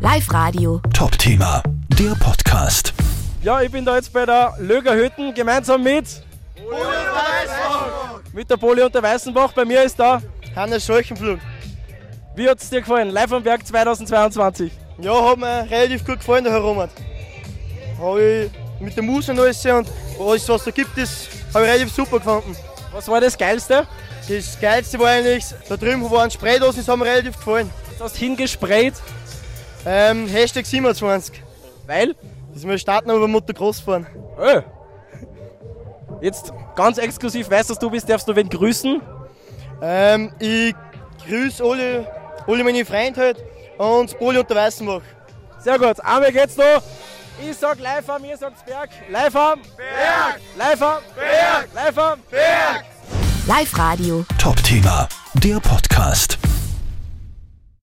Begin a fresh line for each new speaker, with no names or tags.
Live Radio.
Top-Thema, der Podcast.
Ja, ich bin da jetzt bei der Löger Hütten gemeinsam mit. Mit der Poli und der Weißenbach. Bei mir ist da.
Hannes Scholchenflug.
Wie hat es dir gefallen? Live am Berg 2022.
Ja, hat mir relativ gut gefallen, der Herr Roman. Habe ich mit der Muse und alles und alles, was da gibt, das habe ich relativ super gefunden.
Was war das Geilste?
Das Geilste war eigentlich, da drüben waren Spraydosen, das haben mir relativ gefallen.
Du hast hingesprayt,
Ähm, Hashtag 27.
weil.
Das ist mein Startnummer beim Mutter Großfahren.
Ö. Jetzt ganz exklusiv weißt, dass du bist, darfst du wen grüßen.
Ähm, ich grüße alle, alle meine Freunde halt und das Poli und der Weißenbach.
Sehr gut, einmal geht's noch. Ich sag live am, ihr sagt Berg. Live am Berg! Live am Berg! Live am
Live Radio.
Top-Thema, der Podcast.